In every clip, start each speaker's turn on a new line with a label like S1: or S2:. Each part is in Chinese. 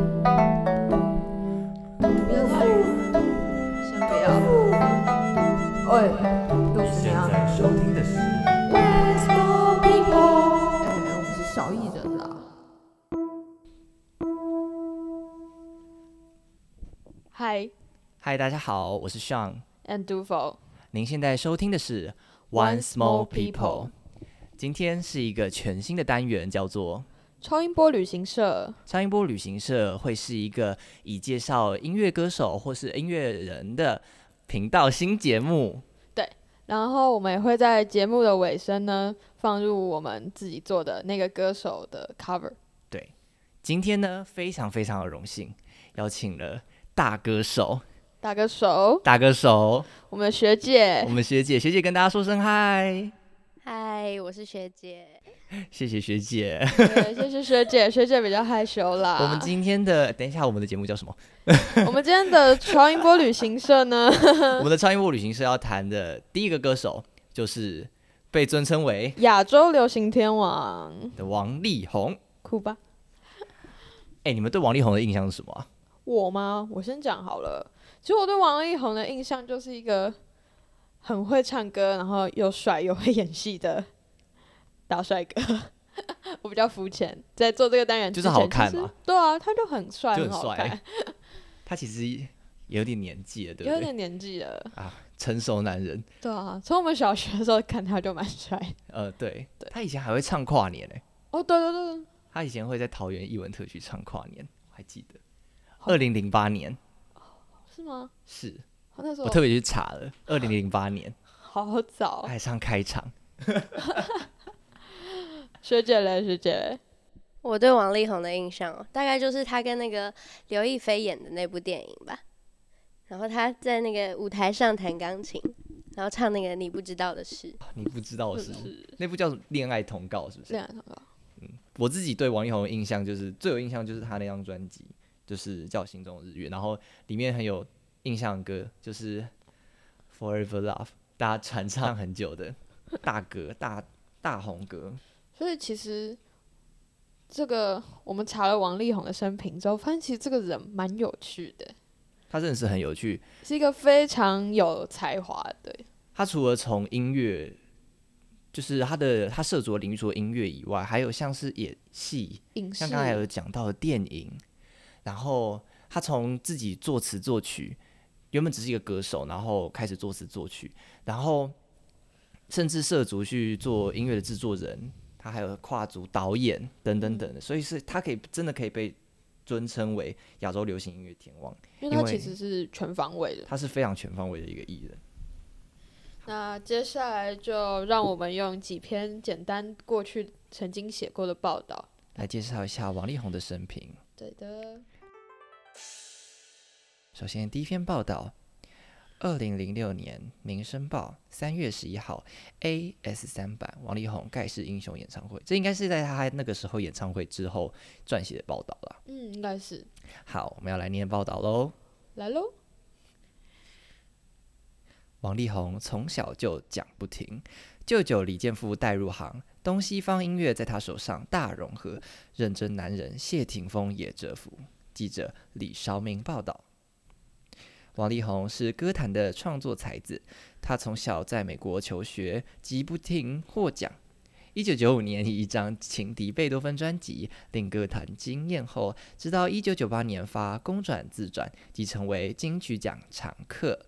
S1: 啊哎、又
S2: 你
S1: 是啊那
S2: 现
S1: 样。
S2: 在收听的是，
S1: 哎，我们是小艺人啦。
S3: 嗨
S2: 嗨，大家好，我是 Sean，
S3: ，and Dufo，
S2: 您现在收听的是
S3: One Small People
S2: 今天是一个全新的单元，叫做
S3: 超音波旅行社，
S2: 超音波旅行社，会是一个以介绍音乐歌手或是音乐人的频道新节目。
S3: 然后我们也会在节目的尾声呢，放入我们自己做的那个歌手的 cover。
S2: 今天呢，非常非常的荣幸，邀请了大歌手，
S3: 打个手，
S2: 大歌手，
S3: 我们的学姐
S2: 我，们学姐，学姐跟大家说声嗨，
S4: 嗨，我是学姐。
S2: 谢谢学姐。
S3: 对，谢谢学姐，学姐比较害羞 啦。
S2: 我们今天的，等一下，我们的节目叫什么？
S3: 我们今天的超音波旅行社呢，
S2: 我们的超音波旅行社要谈的第一个歌手就是被尊称为
S3: 亚洲流行天王，
S2: 的王力宏。
S3: 哭吧。
S2: 哎、你们对王力宏的印象是什么啊、
S3: 我吗？我先讲好了。其实我对王力宏的印象就是一个很会唱歌，然后又帅又会演戏的大帅哥。 我比较肤浅，在做这个单元
S2: 就
S3: 之
S2: 是
S3: 前
S2: 好看
S3: 其实
S2: 嘛
S3: 对啊，他就很帅，
S2: 就很
S3: 好
S2: 帅
S3: 看，
S2: 他其实也有点年纪了，对
S3: 有
S2: 不对？
S3: 点年纪了。
S2: 成熟男人，
S3: 对啊，从我们小学的时候看他就蛮帅。
S2: 呃，对，他以前还会唱跨年呢、 欸
S3: 哦，对对对，对
S2: 他以前会在桃园艺文特区唱跨年，我还记得。二零零八年
S3: 是吗？
S2: 是
S3: 哦啊那时
S2: 我
S3: 候
S2: 特别去查了，二零零八年
S3: 好早
S2: 他，还唱开场，
S3: 学姐嘞，学姐嘞，
S4: 我对王力宏的印象、哦，大概就是他跟那个刘亦菲演的那部电影吧。然后他在那个舞台上弹钢琴，然后唱那个你不知道的事。
S2: 你不知道是不是？
S3: 是
S2: 那部叫《恋爱通告》是不是？
S3: 这样的吧
S2: 我自己对王力宏的印象就是最有印象就是他那张专辑，就是叫《心中的日月》，然后里面很有印象的歌就是《Forever Love》，大家传唱很久的大歌大大红歌。
S3: 所以其实这个我们查了王力宏的生平之后，发现其实这个人蛮有趣的，
S2: 他真的是很有趣，
S3: 是一个非常有才华的。
S2: 他除了从音乐，就是他的他涉足的领域除了音乐以外，还有像是演戏，
S3: 影视
S2: 像刚才有讲到的电影，然后他从自己作词作曲，原本只是一个歌手，然后开始作词作曲，然后甚至涉足去做音乐的制作人，他还有跨足导演等等等的，所以是他可以真的可以被尊称为亚洲流行音乐天王，
S3: 因为他
S2: 因为
S3: 其实是全方位的。
S2: 他是非常全方位的一个艺人。
S3: 那接下来就让我们用几篇简单过去曾经写过的报道。
S2: 来介绍一下王力宏的生平。
S3: 对的，
S2: 首先，第一篇报道，二零零六年《民生报》三月十一号 A S 三版王力宏盖世英雄演唱会，这应该是在他那个时候演唱会之后撰写的报道了。
S3: 嗯，应该是
S2: 好，我们要来念报道喽。
S3: 来喽。
S2: 王力宏从小就讲不停，舅舅李健富带入行，东西方音乐在他手上大融合，认真男人谢霆锋也折服。记者李绍明报道。王力宏是歌坛的创作才子，他从小在美国求学，即不停获奖。一九九五年以一张《情敌贝多芬》专辑令歌坛惊艳后，直到一九九八年发公转自传，即成为金曲奖常客。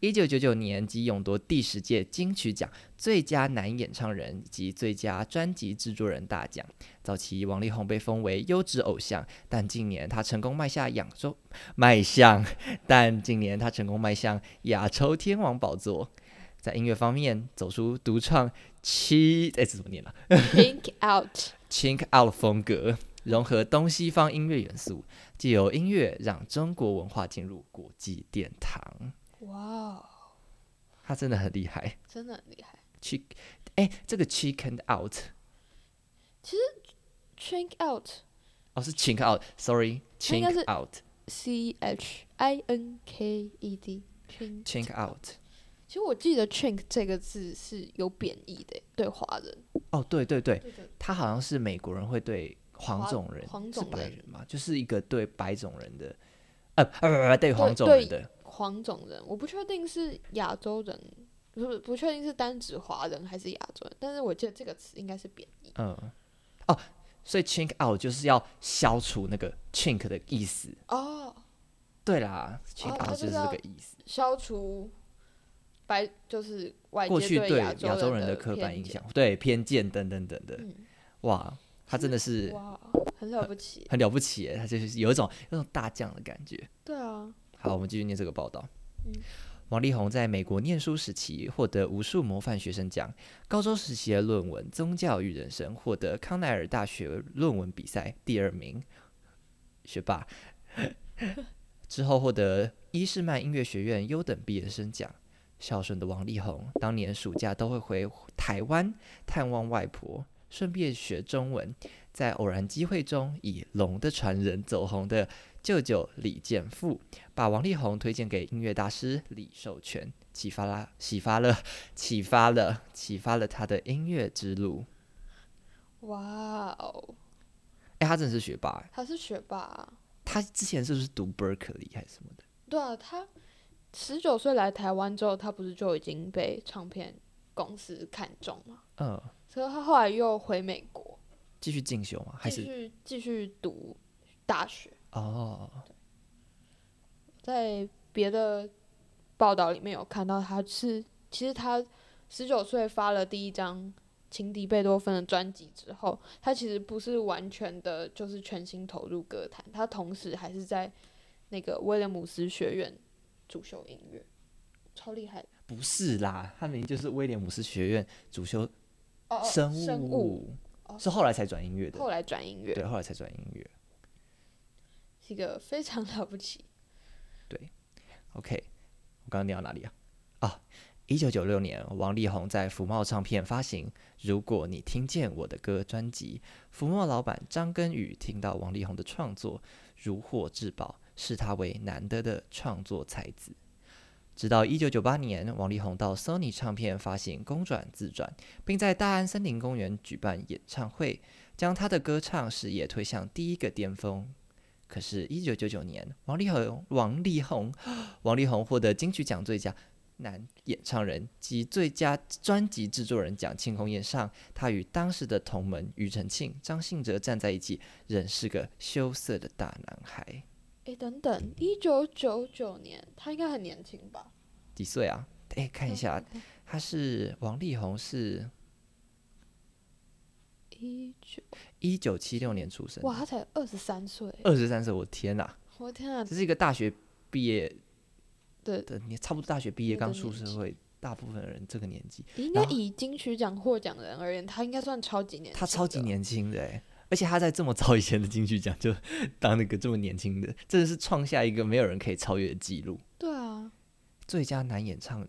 S2: 一九九九年即勇夺第十届金曲奖最佳男演唱人及最佳专辑制作人大奖。早期王力宏被封为优质偶像，但近年他成功迈向亚洲迈向，但近年他成功迈向亚洲天王宝座。在音乐方面，走出独创七哎，这怎么念啊？
S3: Pink out，
S2: Chink Out 风格，融合东西方音乐元素，借由音乐让中国文化进入国际殿堂。
S3: 哇哦，
S2: 他真的很厉害
S3: 真的很厉害。
S2: ，Chink，哎、这个 Chicken Out
S3: Chink out，C
S2: 哦是 Chink Out，sorry，Chink
S3: 应该是
S2: Out，Chink
S3: H I N K E D，Chink。
S2: Out，
S3: 其实我记得 “chink” 这个字是有贬义的，对华人。
S2: 哦对对对，
S3: 对对
S2: 他好像是美国人会对黄
S3: 华
S2: 种人，
S3: 黄
S2: 是
S3: 种
S2: 白
S3: 人
S2: 人嘛，就是一个对白种人的，呃呃不不不对黄种
S3: 对
S2: 人的，
S3: 黄种人，我不确定是亚洲人不不确定是单指华人还是亚洲人，但是我记得这个词应该是贬义。
S2: 嗯，哦，所以 chink out 就是要消除那个 chink 的意思。
S3: 哦，
S2: 对啦，chink
S3: 它
S2: out
S3: 哦就是
S2: 这
S3: 是要
S2: 个意思。
S3: 消除白就是外
S2: 过去
S3: 界
S2: 对
S3: 亚
S2: 亚洲人
S3: 的
S2: 刻板
S3: 偏
S2: 印
S3: 见
S2: 象，对偏见等等等等的，
S3: 嗯
S2: 哇，他真的是
S3: 哇，很了不起。
S2: 很了不起耶，他就是有一种有一种大将的感觉。
S3: 对啊，
S2: 好，我们继续念这个报道。
S3: 嗯
S2: 王力宏在美国念书时期获得无数模范学生奖，高中时期的论文《宗教与人生》获得康奈尔大学论文比赛第二名，学霸。 之后获得伊士曼音乐学院优等毕业生奖。孝顺的王力宏当年暑假都会回台湾探望外婆，顺便学中文。在偶然机会中，以《龙的传人》走红的舅舅李健富把王力宏推荐给音乐大师李寿全，启发啦，启发了，启发了，启发了他的音乐之路。
S3: 哇哦，
S2: 哎，他真的是学霸欸，
S3: 他是学霸啊。
S2: 他之前是不是读 Berkeley 还是什么的？
S3: 对啊，他十九岁来台湾之后，他不是就已经被唱片公司看中吗？
S2: 嗯，
S3: 所以他后来又回美国，
S2: 继续进修吗？还
S3: 继
S2: 是
S3: 续继续读大学。
S2: 哦，
S3: 在别的报道里面有看到，他是其实他十九岁发了第一张《情敌贝多芬》的专辑之后，他其实不是完全的，就是全心投入歌坛，他同时还是在那个威廉姆斯学院主修音乐，超厉害的
S2: 不是啦，他明明就是威廉姆斯学院主修
S3: 哦，哦
S2: 生
S3: 生物，哦
S2: 是后来才转音乐的，
S3: 后来转音乐，
S2: 对，啊后来才转音乐。
S3: 是一个非常了不起。
S2: OK，我刚刚念到哪里啊？啊，一九九六年，王力宏在福茂唱片发行《如果你听见我的歌》专辑。福茂老板张根宇听到王力宏的创作，如获至宝，视他为难得的创作才子。直到一九九八年，王力宏到 Sony 唱片发行公转自传，并在大安森林公园举办演唱会，将他的歌唱事业推向第一个巅峰。可是，一九九九年，王力宏王力宏王力宏获得金曲奖最佳男演唱人及最佳专辑制作人奖。庆功宴上，他与当时的同门庾澄庆、张信哲站在一起，仍是个羞涩的大男孩。
S3: 诶，等等，一九九九年，他应该很年轻吧？嗯
S2: 几岁啊？哎，看一下，他是王力宏是
S3: 一九，
S2: 一九七六年出生，
S3: 哇，他才二十三岁，
S2: 二十三岁，我天哪！
S3: 我天啊！
S2: 这是一个大学毕业
S3: 对，
S2: 的，你差不多大学毕业
S3: 那个
S2: 刚出
S3: 年
S2: 社
S3: 纪
S2: 会，大部分人这个年纪，
S3: 应该
S2: 然后
S3: 以金曲奖获奖的人而言，他应该算超级年轻的。
S2: 他超级年轻的欸，而且他在这么早以前的金曲奖就当那个这么年轻的，真的是创下一个没有人可以超越的记录，
S3: 对啊，
S2: 最佳男演唱人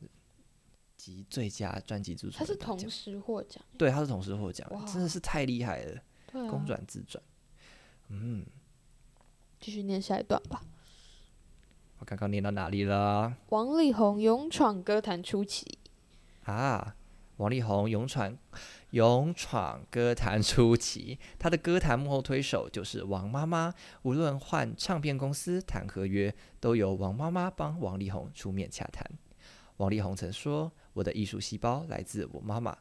S2: 及最佳专辑制作人
S3: 他是
S2: 大
S3: 同
S2: 奖
S3: 时获奖。
S2: 对，他是同时获奖
S3: 哇，
S2: 真的是太厉害了，
S3: 对
S2: 公
S3: 啊，
S2: 转自转。嗯，
S3: 继续念下一段吧。
S2: 我刚刚念到哪里了
S3: 王力宏勇闯歌坛初期，
S2: 啊？王力宏勇闯勇闯歌坛初期，他的歌坛幕后推手就是王妈妈。无论换唱片公司谈合约，都由王妈妈帮王力宏出面洽谈。王力宏曾说：“我的艺术细胞来自我妈妈。”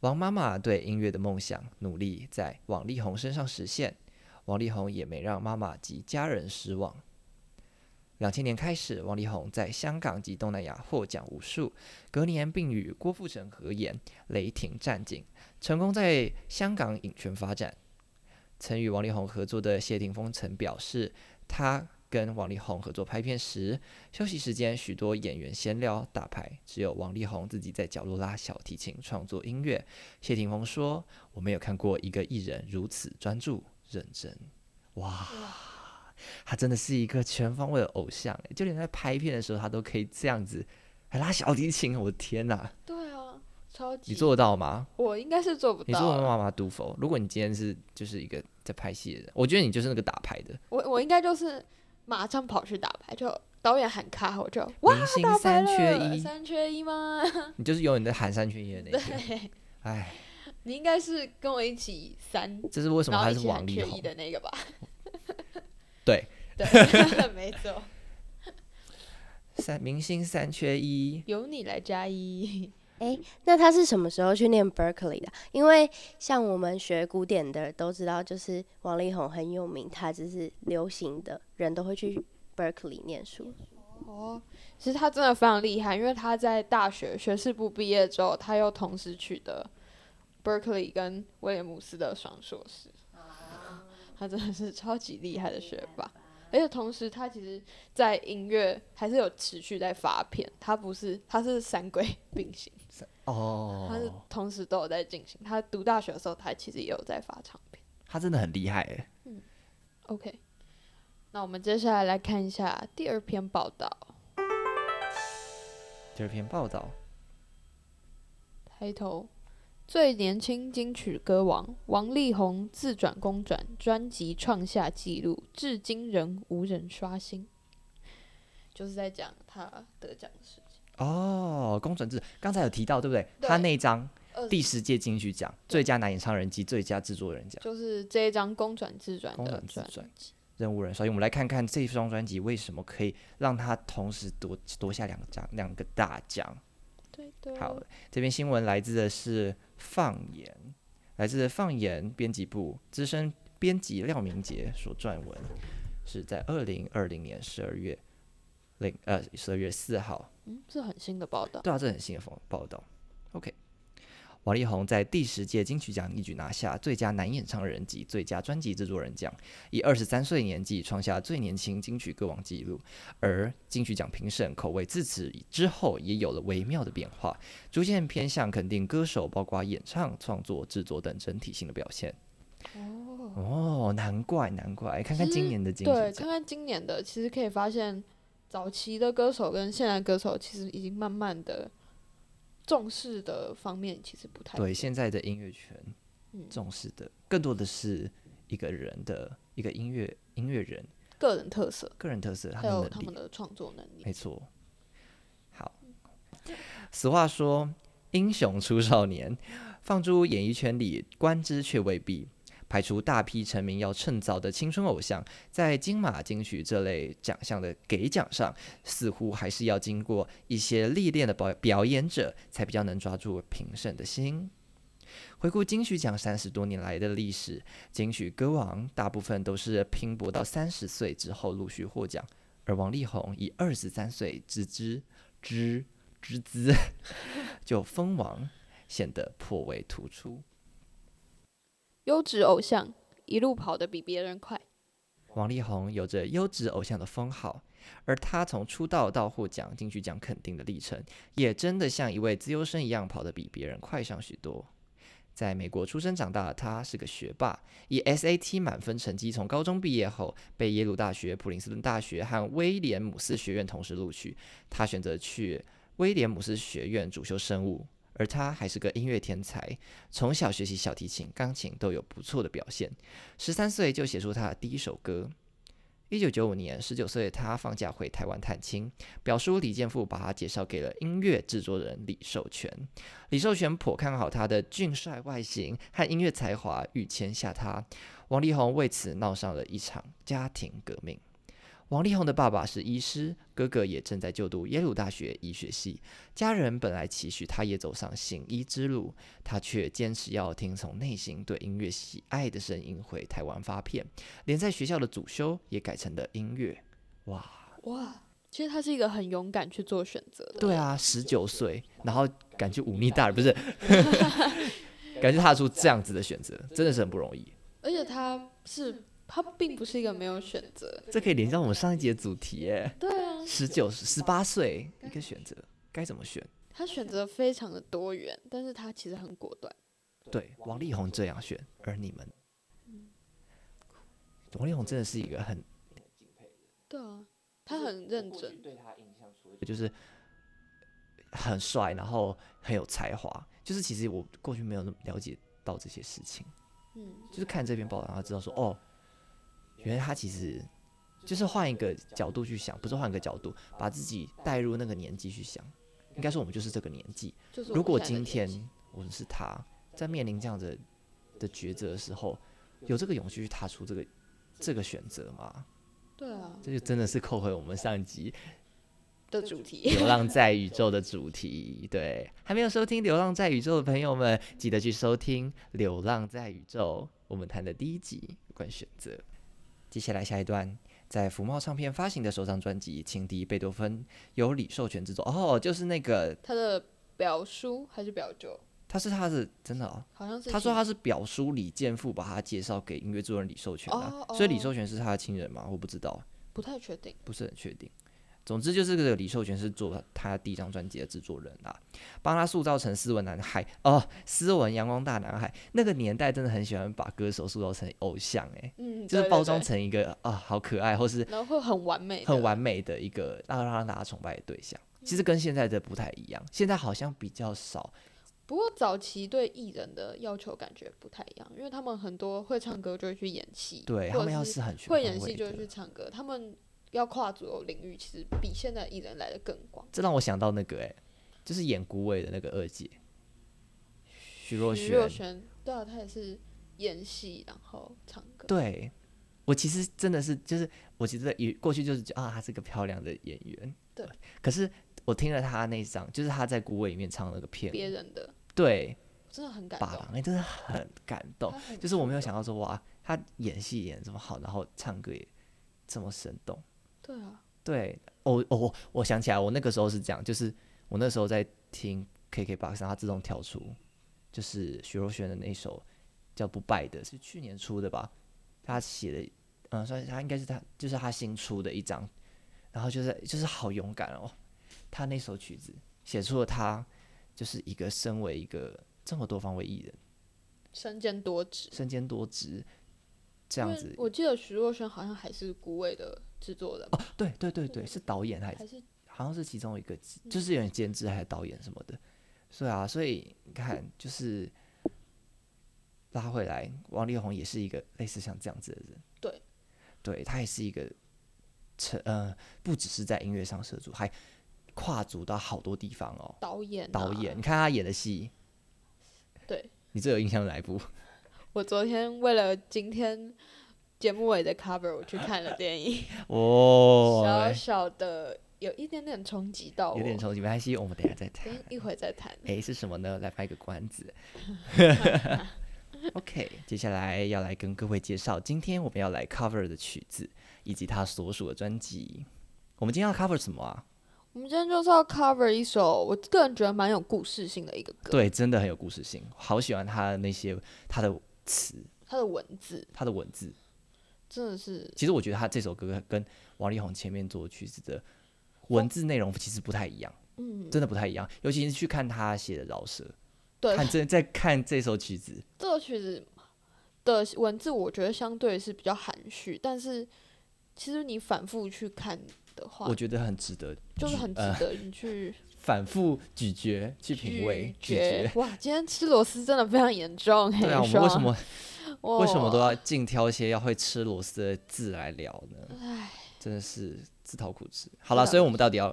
S2: 王妈妈对音乐的梦想努力在王力宏身上实现，王力宏也没让妈妈及家人失望。两千年开始，王力宏在香港及东南亚获奖无数，隔年并与郭富城合演《雷霆战警》，成功在香港影圈发展。曾与王力宏合作的谢霆锋曾表示，他跟王力宏合作拍片时，休息时间许多演员闲聊打牌，只有王力宏自己在角落拉小提琴创作音乐。谢霆锋说：“我没有看过一个艺人如此专注认真。”哇！他真的是一个全方位的偶像，就连在拍片的时候，他都可以这样子，还哎拉小提琴，我的天哪！
S3: 对啊，超级。
S2: 你做得到吗？
S3: 我应该是做不
S2: 你做
S3: 到
S2: 得
S3: 了，
S2: 到吗，杜否？如果你今天是就是一个在拍戏的人，我觉得你就是那个打牌的，
S3: 我我应该就是马上跑去打牌，就导演喊卡，我就哇
S2: 明星
S3: 打牌
S2: 三
S3: 了，啊
S2: 缺一，
S3: 三缺一吗？
S2: 你就是永远在喊三缺一的那个。
S3: 对，
S2: 哎，
S3: 你应该是跟我一起三，
S2: 这是为什么
S3: 然后
S2: 他
S3: 一
S2: 是
S3: 起
S2: 王
S3: 喊
S2: 力
S3: 缺
S2: 宏
S3: 一？的那个吧？
S2: 对，
S3: 对，没错。
S2: 三明星三缺一，
S3: 由你来加一。
S4: 那他是什么时候去念 Berkeley 的？啊因为像我们学古典的都知道，就是王力宏很有名，他就是流行的人都会去 Berkeley 念书。
S3: 哦，其实他真的非常厉害，因为他在大学学士部毕业之后，他又同时取得 Berkeley 跟威廉姆斯的双硕士。他真的是超级啊厉害的学霸，而且同时他其实，在音乐还是有持续在发片，他不是他是三轨并行，
S2: 哦，
S3: 他是同时都有在进行。他读大学的时候，他其实也有在发唱片。
S2: 他真的很厉害耶。
S3: OK，那我们接下来来看一下第二篇报道。
S2: 第二篇报道，
S3: 抬头，最年轻金曲歌王王力宏自转公转，专辑创下纪录，至今仍无人刷新。就是在讲他得奖的事情。
S2: 哦，公准制刚才有提到对不对？
S3: 对
S2: 他那张
S3: 二
S2: 第十届金曲奖最佳男演唱人及最佳制作人奖，
S3: 就是这一张公转自转
S2: 公
S3: 的
S2: 转自
S3: 专
S2: 转
S3: 辑。
S2: 任务人所以我们来看看这张专辑为什么可以让他同时夺夺下两个奖两个大奖。
S3: 对的。
S2: 好，这篇新闻来自的是放眼，来自放眼编辑部资深编辑廖明杰所撰文，是在二零二零年十二月零呃十二月四号
S3: 嗯，是很新的报道。
S2: 对啊，这很新的报报道。OK，王力宏在第十届金曲奖一举拿下最佳男演唱人及最佳专辑制作人奖，以二十三岁年纪创下最年轻金曲歌王纪录。而金曲奖评审口味自此之后也有了微妙的变化，逐渐偏向肯定歌手，包括演唱、创作、制作等整体性的表现。
S3: 哦。
S2: 哦，难怪难怪，看看
S3: 其实
S2: 今年的金曲
S3: 嗯对，
S2: 奖
S3: 看看今年的，其实可以发现，早期的歌手跟现在的歌手其实已经慢慢的重视的方面其实不太一
S2: 对
S3: 样
S2: 现在的音乐圈
S3: 嗯
S2: 重视的更多的是一个人的一个音乐音乐人
S3: 个人特色。
S2: 个人特色，他
S3: 还
S2: 们
S3: 有
S2: 的
S3: 他
S2: 能
S3: 们
S2: 力，
S3: 的创作能力。
S2: 没错。好，俗话说“英雄出少年”，放诸演艺圈里，观之却未必。排除大批成名要趁早的青春偶像，在金马、金曲这类奖项的给奖上，似乎还是要经过一些历练的表表演者，才比较能抓住评审的心。回顾金曲奖三十多年来的历史，金曲歌王大部分都是拼搏到三十岁之后陆续获奖，而王力宏以二十三岁之之之之姿 就封王，显得颇为突出。
S3: 优质偶像一路跑得比别人快，
S2: 王力宏有着优质偶像的封号，而他从出道到获奖、金曲奖肯定的历程，也真的像一位资优生一样跑得比别人快上许多。在美国出生长大的他是个学霸，以 SAT 满分成绩从高中毕业后，被耶鲁大学、普林斯顿大学和威廉姆斯学院同时录取。他选择去威廉姆斯学院主修生物，而他还是个音乐天才，从小学习小提琴、钢琴都有不错的表现。十三岁就写出他的第一首歌。一九九五年，十九岁的他放假回台湾探亲，表叔李健富把他介绍给了音乐制作人李寿全。李寿全颇看好他的俊帅外形和音乐才华，欲签下他。王力宏为此闹上了一场家庭革命。王力宏的爸爸是医师，哥哥也正在就读耶鲁大学医学系。家人本来期许他也走上行医之路，他却坚持要听从内心对音乐喜爱的声音回台湾发片，连在学校的主修也改成了音乐。哇，
S3: 哇！其实他是一个很勇敢去做选择的。
S2: 对，啊，十九岁，然后敢去忤逆大人，不是？敢去踏出这样子的选择，真的是很不容易。
S3: 而且他是他并不是一个没有选择。
S2: 这可以连到我们上一节主题耶，
S3: 对啊，
S2: 十九、十八岁一个选择，该怎么选？
S3: 他选择非常的多元，但是他其实很果断。
S2: 对，王力宏这样选，而你们，王力宏真的是一个很
S3: 对啊，他很认真。
S2: 就是很帅，然后很有才华。就是其实我过去没有那么了解到这些事情，
S3: 嗯，
S2: 就是看这篇报道，然后知道说，哦，原来他其实就是换一个角度去想，不是换一个角度，把自己带入那个年纪去想。应该说我们就是这个年纪，
S3: 就是我
S2: 如果
S3: 现在的
S2: 今天
S3: 年纪
S2: 我们是他，在面临这样的的抉择的时候，有这个勇气去踏出这个这个选择吗？
S3: 对啊，
S2: 这就真的是扣回我们上一集
S3: 的主题。
S2: 《流浪在宇宙》的主题。对，还没有收听《流浪在宇宙》的朋友们，记得去收听《流浪在宇宙》，我们谈的第一集有关选择。接下来下一段，在福茂唱片发行的首张专辑《情敌贝多芬》，由李寿全制作。哦，就是那个，
S3: 他的表叔还是表舅，
S2: 他是他的真的哦。
S3: 好像是
S2: 他说
S3: 亲
S2: 他是表叔李健富把他介绍给音乐制作人李寿全的、
S3: 哦哦
S2: 所以李寿全是他的亲人吗？我不知道，
S3: 不太确定。
S2: 不是很确定。总之就是这个李寿全是做他第一张专辑的制作人啦、帮他塑造成斯文男孩哦，斯文阳光大男孩。那个年代真的很喜欢把歌手塑造成偶像、欸，
S3: 嗯，
S2: 就是
S3: 对
S2: 包装，
S3: 对
S2: 成一个啊、好可爱，或是
S3: 对然后会很完美，
S2: 很。完美的一个让让大家崇拜的对象。其实跟现在的不太一样，现在好像比较少，
S3: 不过早期对艺人的要求感觉不太一样，因为他们很多会唱歌就会去演戏，
S2: 对他
S3: 或
S2: 们
S3: 者
S2: 要
S3: 是
S2: 是很全
S3: 会演
S2: 方
S3: 戏
S2: 位
S3: 就会
S2: 的
S3: 去唱歌，他们要跨足领域，其实比现在艺人来的更广。
S2: 这让我想到那个哎、就是演古伟的那个二姐，徐若
S3: 徐
S2: 瑄。
S3: 若瑄，对啊，她也是演戏然后唱歌，
S2: 对，我其实真的是，就是我其实在以过去就是觉得啊，她是个漂亮的演员。
S3: 对。
S2: 可是我听了她那一张，就是她在古伟里面唱那个片，
S3: 别人的
S2: 对，
S3: 真的很感
S2: 把
S3: 动
S2: 郎，哎、真的很感动
S3: 她。很
S2: 就是我没有
S3: 感
S2: 想到说哇，她演戏演得这么好，然后唱歌也这么生动。
S3: 动，对啊，
S2: 对，哦哦，我我想起来，我那个时候是这样，就是我那时候在听 KKBOX，它自动跳出，就是徐若瑄的那一首叫《不败》的，是去年出的吧？他写的，嗯，算是他应该是他，就是他新出的一张，然后就是就是好勇敢哦，他那首曲子写出了他就是一个身为一个这么多方位艺人，
S3: 身兼多职。
S2: 身兼多职这
S3: 因
S2: 样
S3: 为
S2: 子，
S3: 我记得徐若瑄好像还是古伟的制作人吧，
S2: 哦对对对对，是导演还是
S3: 还是
S2: 好像是其中一个，
S3: 嗯
S2: 就是有点监制还是导演什么的。所以啊，所以你看，就是拉回来，王力宏也是一个类似像这样子的人。
S3: 对，
S2: 对他也是一个成呃，不只是在音乐上涉足，还跨足到好多地方哦。
S3: 导演、啊。
S2: 导演，你，看他演的戏，
S3: 对
S2: 你最有印象的哪一部？
S3: 我昨天为了今天节目尾的 cover，我去看了 电影，
S2: 哦
S3: 小，哦小的有一点点冲击到我，
S2: 有点冲击，没关系，我们等一下再谈
S3: 等。一会再谈。
S2: 诶，是什么呢？来卖个关子。OK，接 下来要来跟各位介绍今天我们要来 cover 的曲子，以及它所属的专辑。我们今天要 cover 什么啊？
S3: 我们今天就是要 cover 一首我个人觉得蛮有故事性的一个歌，
S2: 对，真的很有故事性，好喜欢它的那些它的词、
S3: 它的文字
S2: 它的文字。
S3: 真的是
S2: 其实我觉得他这首歌跟王力宏前面做的曲子的文字内容其实不太一样，
S3: 嗯，
S2: 真的不太一样。尤其是去看他写的饶舌，
S3: 对
S2: 看这在看这首曲子，
S3: 这首曲子的文字，我觉得相对是比较含蓄，但是其实你反复去看的话
S2: 我，觉得很值得
S3: 就是
S2: 举
S3: 很值
S2: 呃
S3: 得你去
S2: 反复咀嚼、去品味、咀
S3: 觉
S2: 嚼。。
S3: 哇，今天吃螺丝真的非常严 重，欸
S2: 对 啊，
S3: 嘿
S2: 我们为什？
S3: 爽
S2: 么
S3: 哇
S2: 为什么都要尽
S3: 哦
S2: 挑一些要会吃螺丝的字来聊呢？
S3: 唉，
S2: 真的是自讨苦吃。好了，
S3: 真的
S2: 所以我们到底要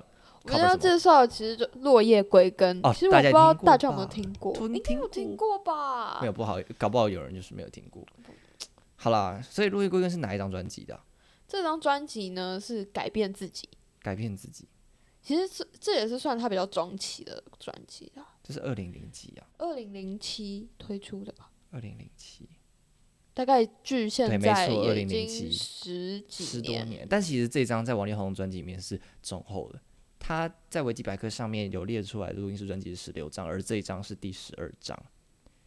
S3: 我们
S2: cover
S3: 要
S2: 什么
S3: 介绍的其实就落叶归根。
S2: 哦
S3: 其实我
S2: 大
S3: 不
S2: 家
S3: 知
S2: 也
S3: 道
S2: 听过
S3: 大家有没有
S2: 吧
S3: 听过，
S2: 听
S3: 应该有听过吧？
S2: 没有不好，搞不好有人就是没有听过。好啦，所以《落叶归根》是哪一张专辑的啊？
S3: 这张专辑呢是改变自己，
S2: 改变自己，
S3: 其实这这也是算他比较中期的专辑啦，
S2: 这是二零零几啊？
S3: 二零零七推出的吧。
S2: 二零零七，
S3: 大概距
S2: 对
S3: 现
S2: 没
S3: 在
S2: 错
S3: 也已
S2: 2007
S3: 经十几
S2: 十多
S3: 年，
S2: 年。但其实这张在王力宏专辑里面是中后的，他在维基百科上面有列出来的录音室专辑是十六张，而这一张是第十二张。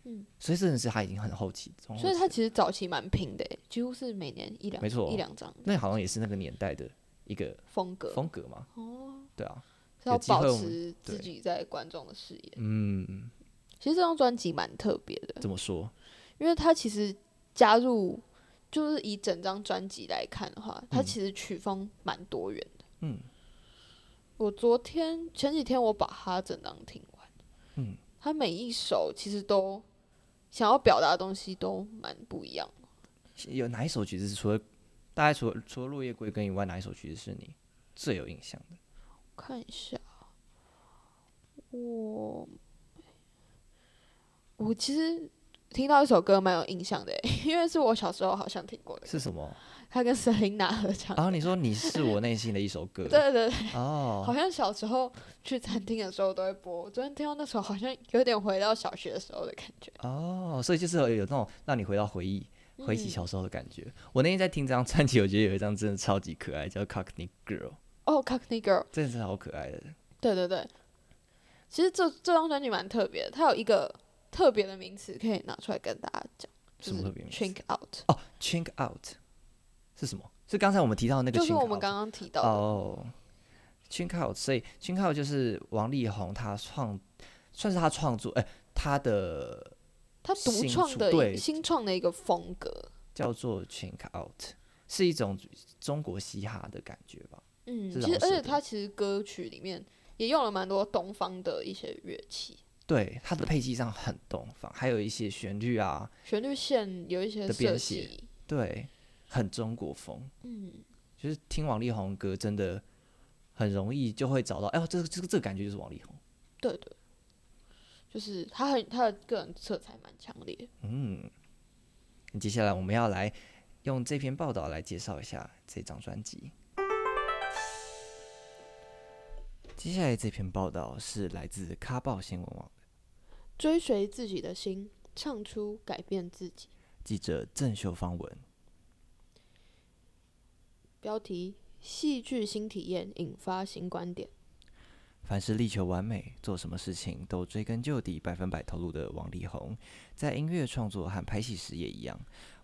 S3: 嗯，
S2: 所以真的是他已经很后期，中后
S3: 所以
S2: 期
S3: 他
S2: 了
S3: 其实早期蛮拼的欸，几乎是每年一两
S2: 没错
S3: 一两张
S2: 那好像也是那个年代的一个
S3: 风格，
S2: 风格嘛。
S3: 哦，
S2: 对啊，
S3: 是要
S2: 有机会
S3: 保
S2: 我们
S3: 持
S2: 对
S3: 自己在观众的视野。
S2: 嗯，
S3: 其实这张专辑蛮特别的，
S2: 怎么说？
S3: 因为它其实加入就是以整张专辑来看的话，它
S2: 嗯
S3: 其实曲风蛮多元的。
S2: 嗯，
S3: 我昨天前几天我把它整张听完，
S2: 嗯，
S3: 它每一首其实都想要表达的东西都蛮不一样的。
S2: 有哪一首曲子是除了大概除了除了《落叶归根》以外，哪一首曲子是你最有印象的？
S3: 看一下，我我 其实听到一首歌蛮有印象的欸，因为是我小时候好像听过的歌，
S2: 是什么？啊
S3: 他跟 Selina 合唱。
S2: 然后你说你是我内心的一首歌，
S3: 对对对，好
S2: 哦，
S3: 像小时候去餐厅的时候都会播。我昨天听到那首，好像有点回到小学的时候的感觉。
S2: 哦，所以就是有有那种让你回到回忆，回起
S3: 嗯
S2: 小时候的感觉。我那天在听这张专辑，我觉得有一张真的超级可爱，叫《Cockney Girl》，
S3: 哦、oh,，Cockney Girl，
S2: 真的是好可爱的。
S3: 对对对。其实这这张专辑蛮特别的，它有一个特别的名词可以拿出来跟大家讲，就
S2: 什么
S3: 是
S2: 特别名词
S3: “chink out”，
S2: 哦，Chink Out 是什么？是刚才我们提到的那个 chink out
S3: 就
S2: 吗，
S3: 是我们刚刚提到的。
S2: 哦 c h i n k Out，所以 c h i n k Out 就是王力宏他创，算是他创作，哎、他的
S3: 他独
S2: 新
S3: 创
S2: 出
S3: 的
S2: 对
S3: 一新创的一个风格，
S2: 叫做 c h i n k Out，是一种中国嘻哈的感觉吧？
S3: 嗯，
S2: 是
S3: 其
S2: 饶
S3: 实而
S2: 舌
S3: 且
S2: 的
S3: 他其实歌曲里面也用了蛮多东方的一些乐器，
S2: 对，它的配器上很东方，还有一些旋律啊，
S3: 旋律线有一些
S2: 的
S3: 设
S2: 编写
S3: 计，
S2: 对，很中国风。
S3: 嗯，
S2: 就是听王力宏歌，真的很容易就会找到，哎呦，这个这个这个感觉就是王力宏。
S3: 对对，就是他很他的个人色彩蛮强烈的。
S2: 嗯，接下来我们要来用这篇报道来介绍一下这张专辑。接下来这篇报道是来自卡报新闻网
S3: 追随自己的心，唱出改变自己。
S2: 记者郑秀芳文，
S3: 标题：戏剧新体验引发新观点。
S2: 凡是力求完美，做什么事情都追根究底、百分百投入的王力宏，在音乐创作和拍戏时也一样，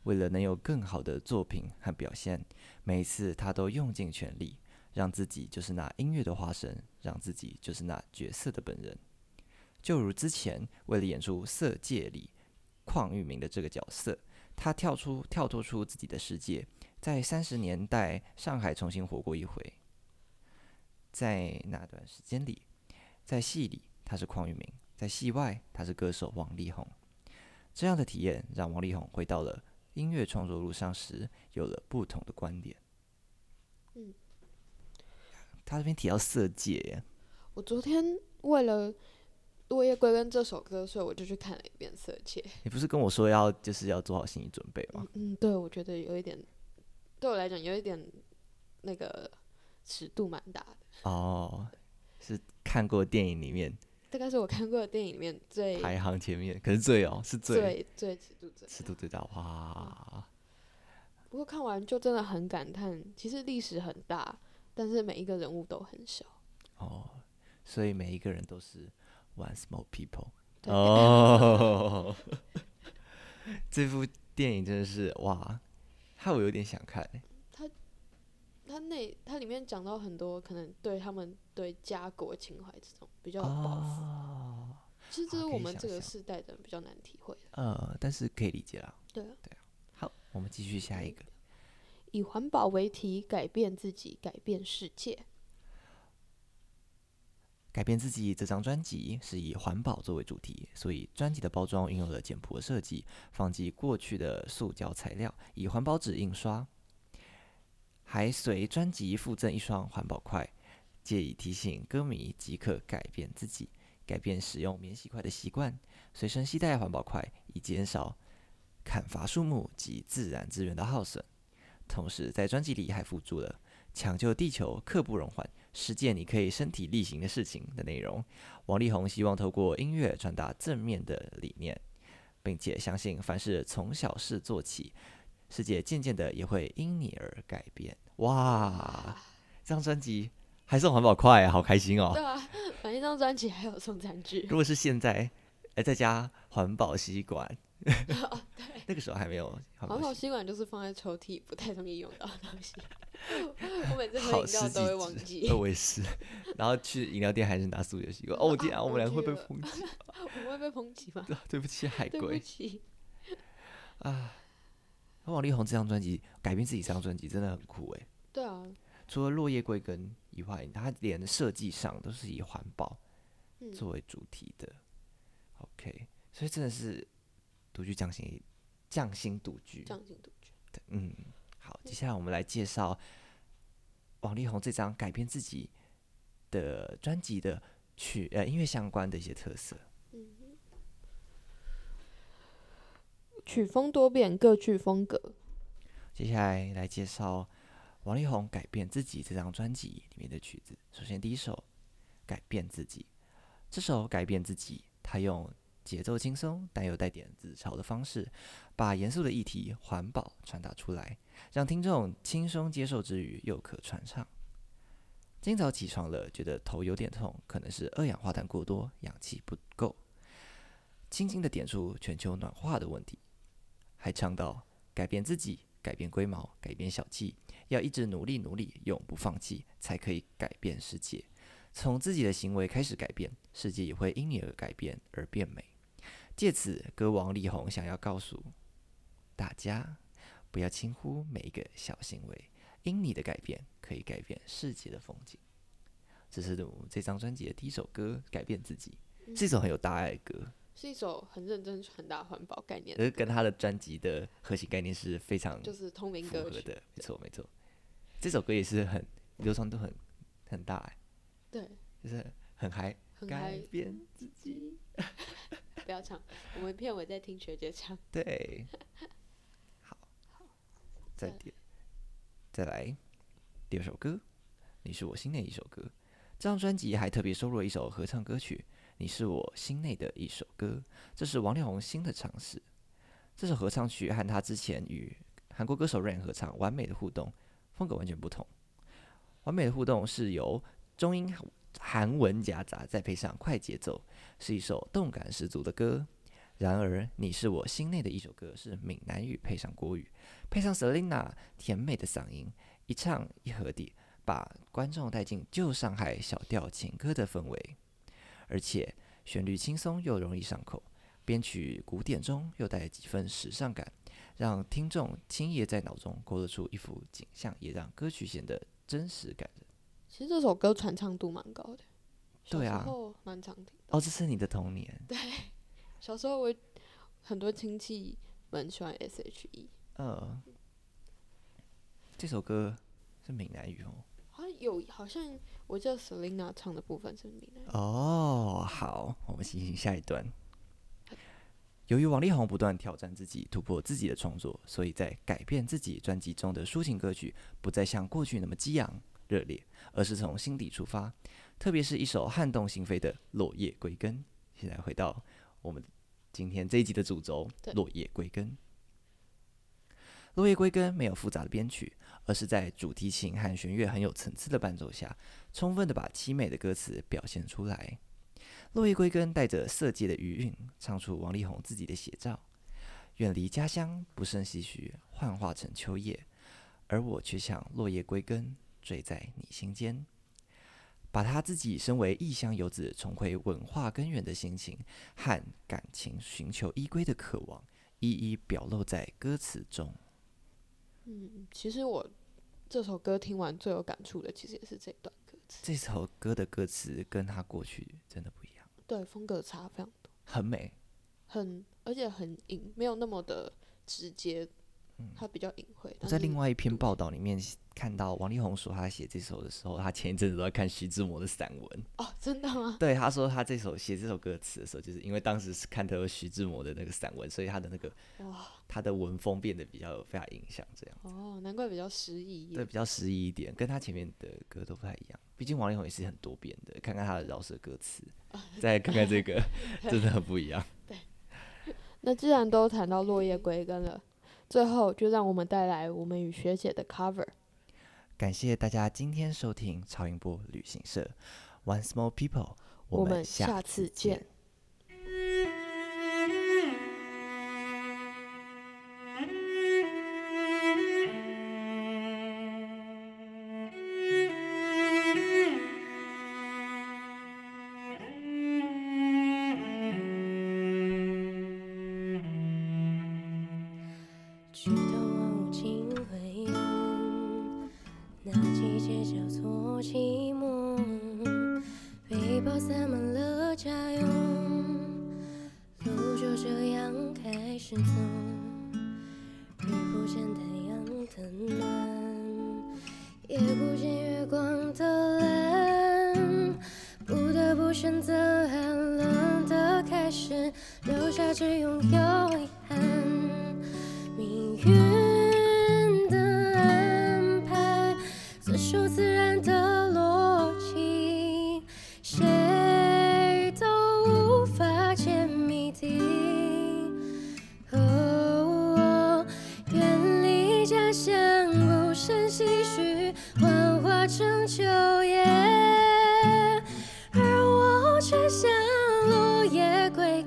S2: 为了能有更好的作品和表现，每一次他都用尽全力，让自己就是那音乐的化身，让自己就是那角色的本人。就如之前为了演出《色戒》里邝裕民的这个角色，他跳出跳脱出自己的世界，在三十年代上海重新活过一回。在那段时间里，在戏里他是邝裕民，在戏外他是歌手王力宏。这样的体验让王力宏回到了音乐创作路上时有了不同的观点。
S3: 嗯，
S2: 他这边提到色戒耶，
S3: 我昨天为了《落叶归根》这首歌，所以我就去看了一遍《色戒》。
S2: 你不是跟我说要就是要做好心理准备吗
S3: 嗯？嗯，对，我觉得有一点，对我来讲有一点那个尺度蛮大的，
S2: 哦，是看过电影里面
S3: 大概是我看过的电影里面最
S2: 排行前面，可是最哦是最
S3: 最最尺度最。
S2: 尺度最大哇！
S3: 不过看完就真的很感叹，其实历史很大，但是每一个人物都很小。
S2: 哦，所以每一个人都是 one small people。
S3: 对
S2: 哦，这部电影真的是哇，害我有点想看欸。
S3: 它那它里面讲到很多可能对他们对家国情怀这种比较有抱负，
S2: 哦，
S3: 其实这
S2: 好可
S3: 是
S2: 以
S3: 我们
S2: 想
S3: 这个
S2: 象
S3: 世代的人比较难体会的。
S2: 呃，但是可以理解啦。
S3: 对啊，
S2: 好，我们继续下一个。
S3: 以环保为题，改变自己，改变世界。
S2: 改变自己这张专辑是以环保作为主题，所以专辑的包装运用了简朴设计，放弃过去的塑胶材料，以环保纸印刷，还随专辑附赠一双环保筷，借以提醒歌迷即刻改变自己，改变使用免洗筷的习惯，随身携带环保筷，以减少砍伐树木及自然资源的耗损。同时，在专辑里还附注了“抢救地球，刻不容缓”。实践你可以身体力行的事情的内容。王力宏希望透过音乐传达正面的理念，并且相信凡是从小事做起，世界渐渐的也会因你而改变。哇，这张专辑还送环保筷，好开心哦！
S3: 对啊，反正这张专辑还有送餐具。
S2: 如果是现在，哎，在家环保吸管， 那个时候还没有环
S3: 哦环
S2: 保
S3: 保
S2: 吸
S3: 吸管就是放在抽屉，不太容易用到的东西。我每次
S2: 管，
S3: 喝
S2: 好
S3: 饮
S2: 十
S3: 料
S2: 几
S3: 都会忘记
S2: 支，呃，，我也是。然后去饮料店还是拿塑胶吸 管。哦，我天啊，
S3: 啊
S2: 我们俩
S3: 忘
S2: 会
S3: 记
S2: 被
S3: 了
S2: 抨击，
S3: 我会被抨击吗？
S2: 啊对不起海
S3: 对不
S2: 龟。
S3: 起，
S2: 王力宏这张专辑改变自己这张专辑真的很酷诶，
S3: 对啊，
S2: 除了落叶归根以外，他连设计上都是以环保
S3: 嗯，
S2: 作为主题的。OK，所以真的是独居匠心匠心独居。
S3: 匠心独具。
S2: 嗯，好，接下来我们来介绍王力宏这张改变自己的专辑的曲呃音乐相关的一些特色。
S3: 曲风多变，各具风格。
S2: 接下来来介绍王力宏改变自己这张专辑里面的曲子。首先第一首《改变自己》，这首《改变自己》，他用节奏轻松但又带点自嘲的方式，把严肃的议题环保传达出来，让听众轻松接受之余又可传唱。今早起床了，觉得头有点痛，可能是二氧化碳过多，氧气不够。轻轻的点出全球暖化的问题，还唱到改变自己，改变龟毛，改变小气，要一直努力努力，永不放弃，才可以改变世界。从自己的行为开始改变，世界也会因你而改变而变美。借此，歌王力宏想要告诉大家，不要轻忽每一个小行为，因你的改变可以改变世界的风景。这是我这张专辑的第一首歌《改变自己》，是一首很有大爱的歌。
S3: 是一首很认真传达环保概念
S2: 可
S3: 的
S2: 是
S3: 歌，
S2: 跟他的专辑的核心概念是非常
S3: 就
S2: 符
S3: 是通灵
S2: 合
S3: 歌曲。
S2: 的，没错没错。这首歌也是很流传度很很大、欸，
S3: 对，
S2: 就是很嗨。
S3: 很
S2: 改
S3: 嗨，
S2: 变自己，
S3: 不要唱。我们片尾在听学姐唱。
S2: 对，好，再
S3: 再
S2: 点，再来第二首歌，《你是我心内一首歌》。这张专辑还特别收录了一首合唱歌曲《你是我心内的一首歌》，这是王力宏新的尝试。这首合唱曲和他之前与韩国歌手 Rain 合唱《完美的互动》风格完全不同。《完美的互动》是由中英韩文夹杂，再配上快节奏，是一首动感十足的歌。然而，你是我心内的一首歌，是闽南语配上国语，配上 Selina 甜美的嗓音，一唱一和地，把观众带进旧上海小调情歌的氛围。而且旋律轻松又容易上口，编曲古典中又带几分时尚感，让听众轻易地在脑中勾勒出一幅景象，也让歌曲显得真实感人。
S3: 其实这首歌传唱度蛮高的，小
S2: 对
S3: 时
S2: 啊
S3: 候蛮常听。
S2: 哦，这是你的童年，
S3: 小时候我很多亲戚们喜欢 E S.H.E，
S2: 呃，这首歌是闽南语哦。
S3: 好像有，好像我记得 Selina 唱的部分是闽南语。
S2: 哦，好，我们进行下一段。由于王力宏不断挑战自己、突破自己的创作，所以在改变自己专辑中的抒情歌曲不再像过去那么激昂热烈，而是从心底出发。特别是一首撼动心扉的《落叶归根》。现在回到我们今天这一集的主轴——
S3: 对
S2: 落叶归根。落叶归根没有复杂的编曲，而是在主题琴和弦乐很有层次的伴奏下，充分的把凄美的歌词表现出来。落叶归根带着色戒的余韵，唱出王力宏自己的写照。远离家乡，不胜唏嘘，幻化成秋叶，而我却像落叶归根，坠在你心间。把他自己身为异乡游子重回文化根源的心情和感情寻求依归的渴望，一一表露在歌词中。
S3: 嗯，其实我这首歌听完最有感触的，其实也是这段歌词，
S2: 这首歌的歌词跟他过去真的不一样，
S3: 对，风格差非常多，
S2: 很美，
S3: 很而且很隐，没有那么的直接，它比较隐晦。
S2: 嗯我
S3: 但
S2: 在
S3: 是
S2: 另外一篇报道里面看到王力宏说，他写这首的时候，他前一阵子都在看徐志摩的散文。
S3: 哦，真的吗？
S2: 对，他说他这首写这首歌词的时候，就是因为当时是看到徐志摩的那个散文，所以他的那个
S3: 哇，
S2: 他的文风变得比较有被他影响，这样
S3: 哦，难怪比较诗意一
S2: 对
S3: 点。
S2: 比较诗意一点，跟他前面的歌都不太一样。毕竟王力宏也是很多变的，看看他的饶舌歌词，再看看这个，真的很不一样。
S3: 那既然都谈到落叶归根了，最后就让我们带来我们与学姐的 cover。
S2: 感谢大家今天收听超音波旅行社，Once More People，
S3: 我们下次见。
S4: 直到万物尽为乌，那季节叫做寂寞。背包塞满了家用，路就这样开始走。日不见太阳的暖，夜不见月光的蓝，不得不选择寒冷的开始，留下只拥有遗憾。命运的却像落叶归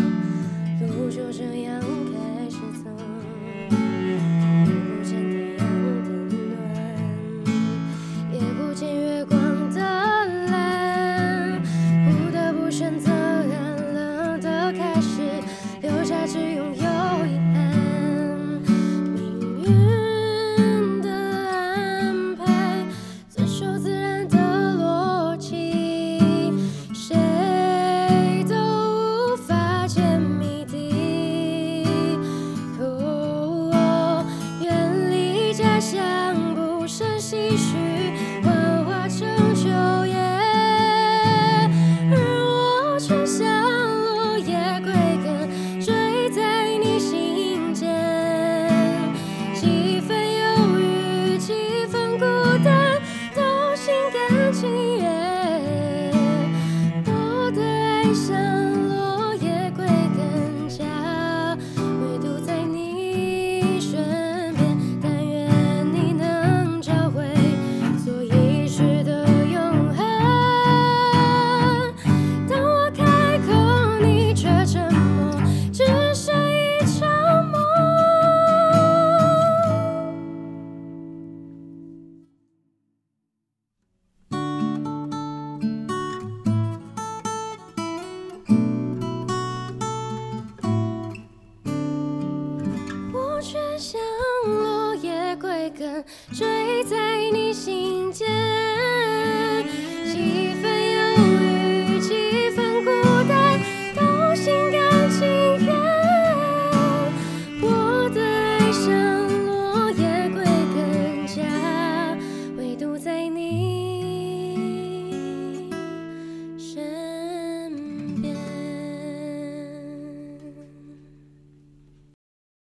S4: 路就这样开始走，看不见太阳的暖，也不见月光的蓝，不得不选择寒冷的开始，留下只拥有遗憾。命运的安排，遵守自然的逻辑，谁都无法解谜底。哦，远离家乡，不胜唏嘘，幻化成秋叶，而我却像落叶归根，坠在你心间。几分忧郁，几分孤单，都心甘情愿。我的爱像落叶归根家，唯独在你身边。但愿你能找回所遗失的永恒。当我开口，你却沉默，只剩一场梦。我却像落叶归根，坠在你心间。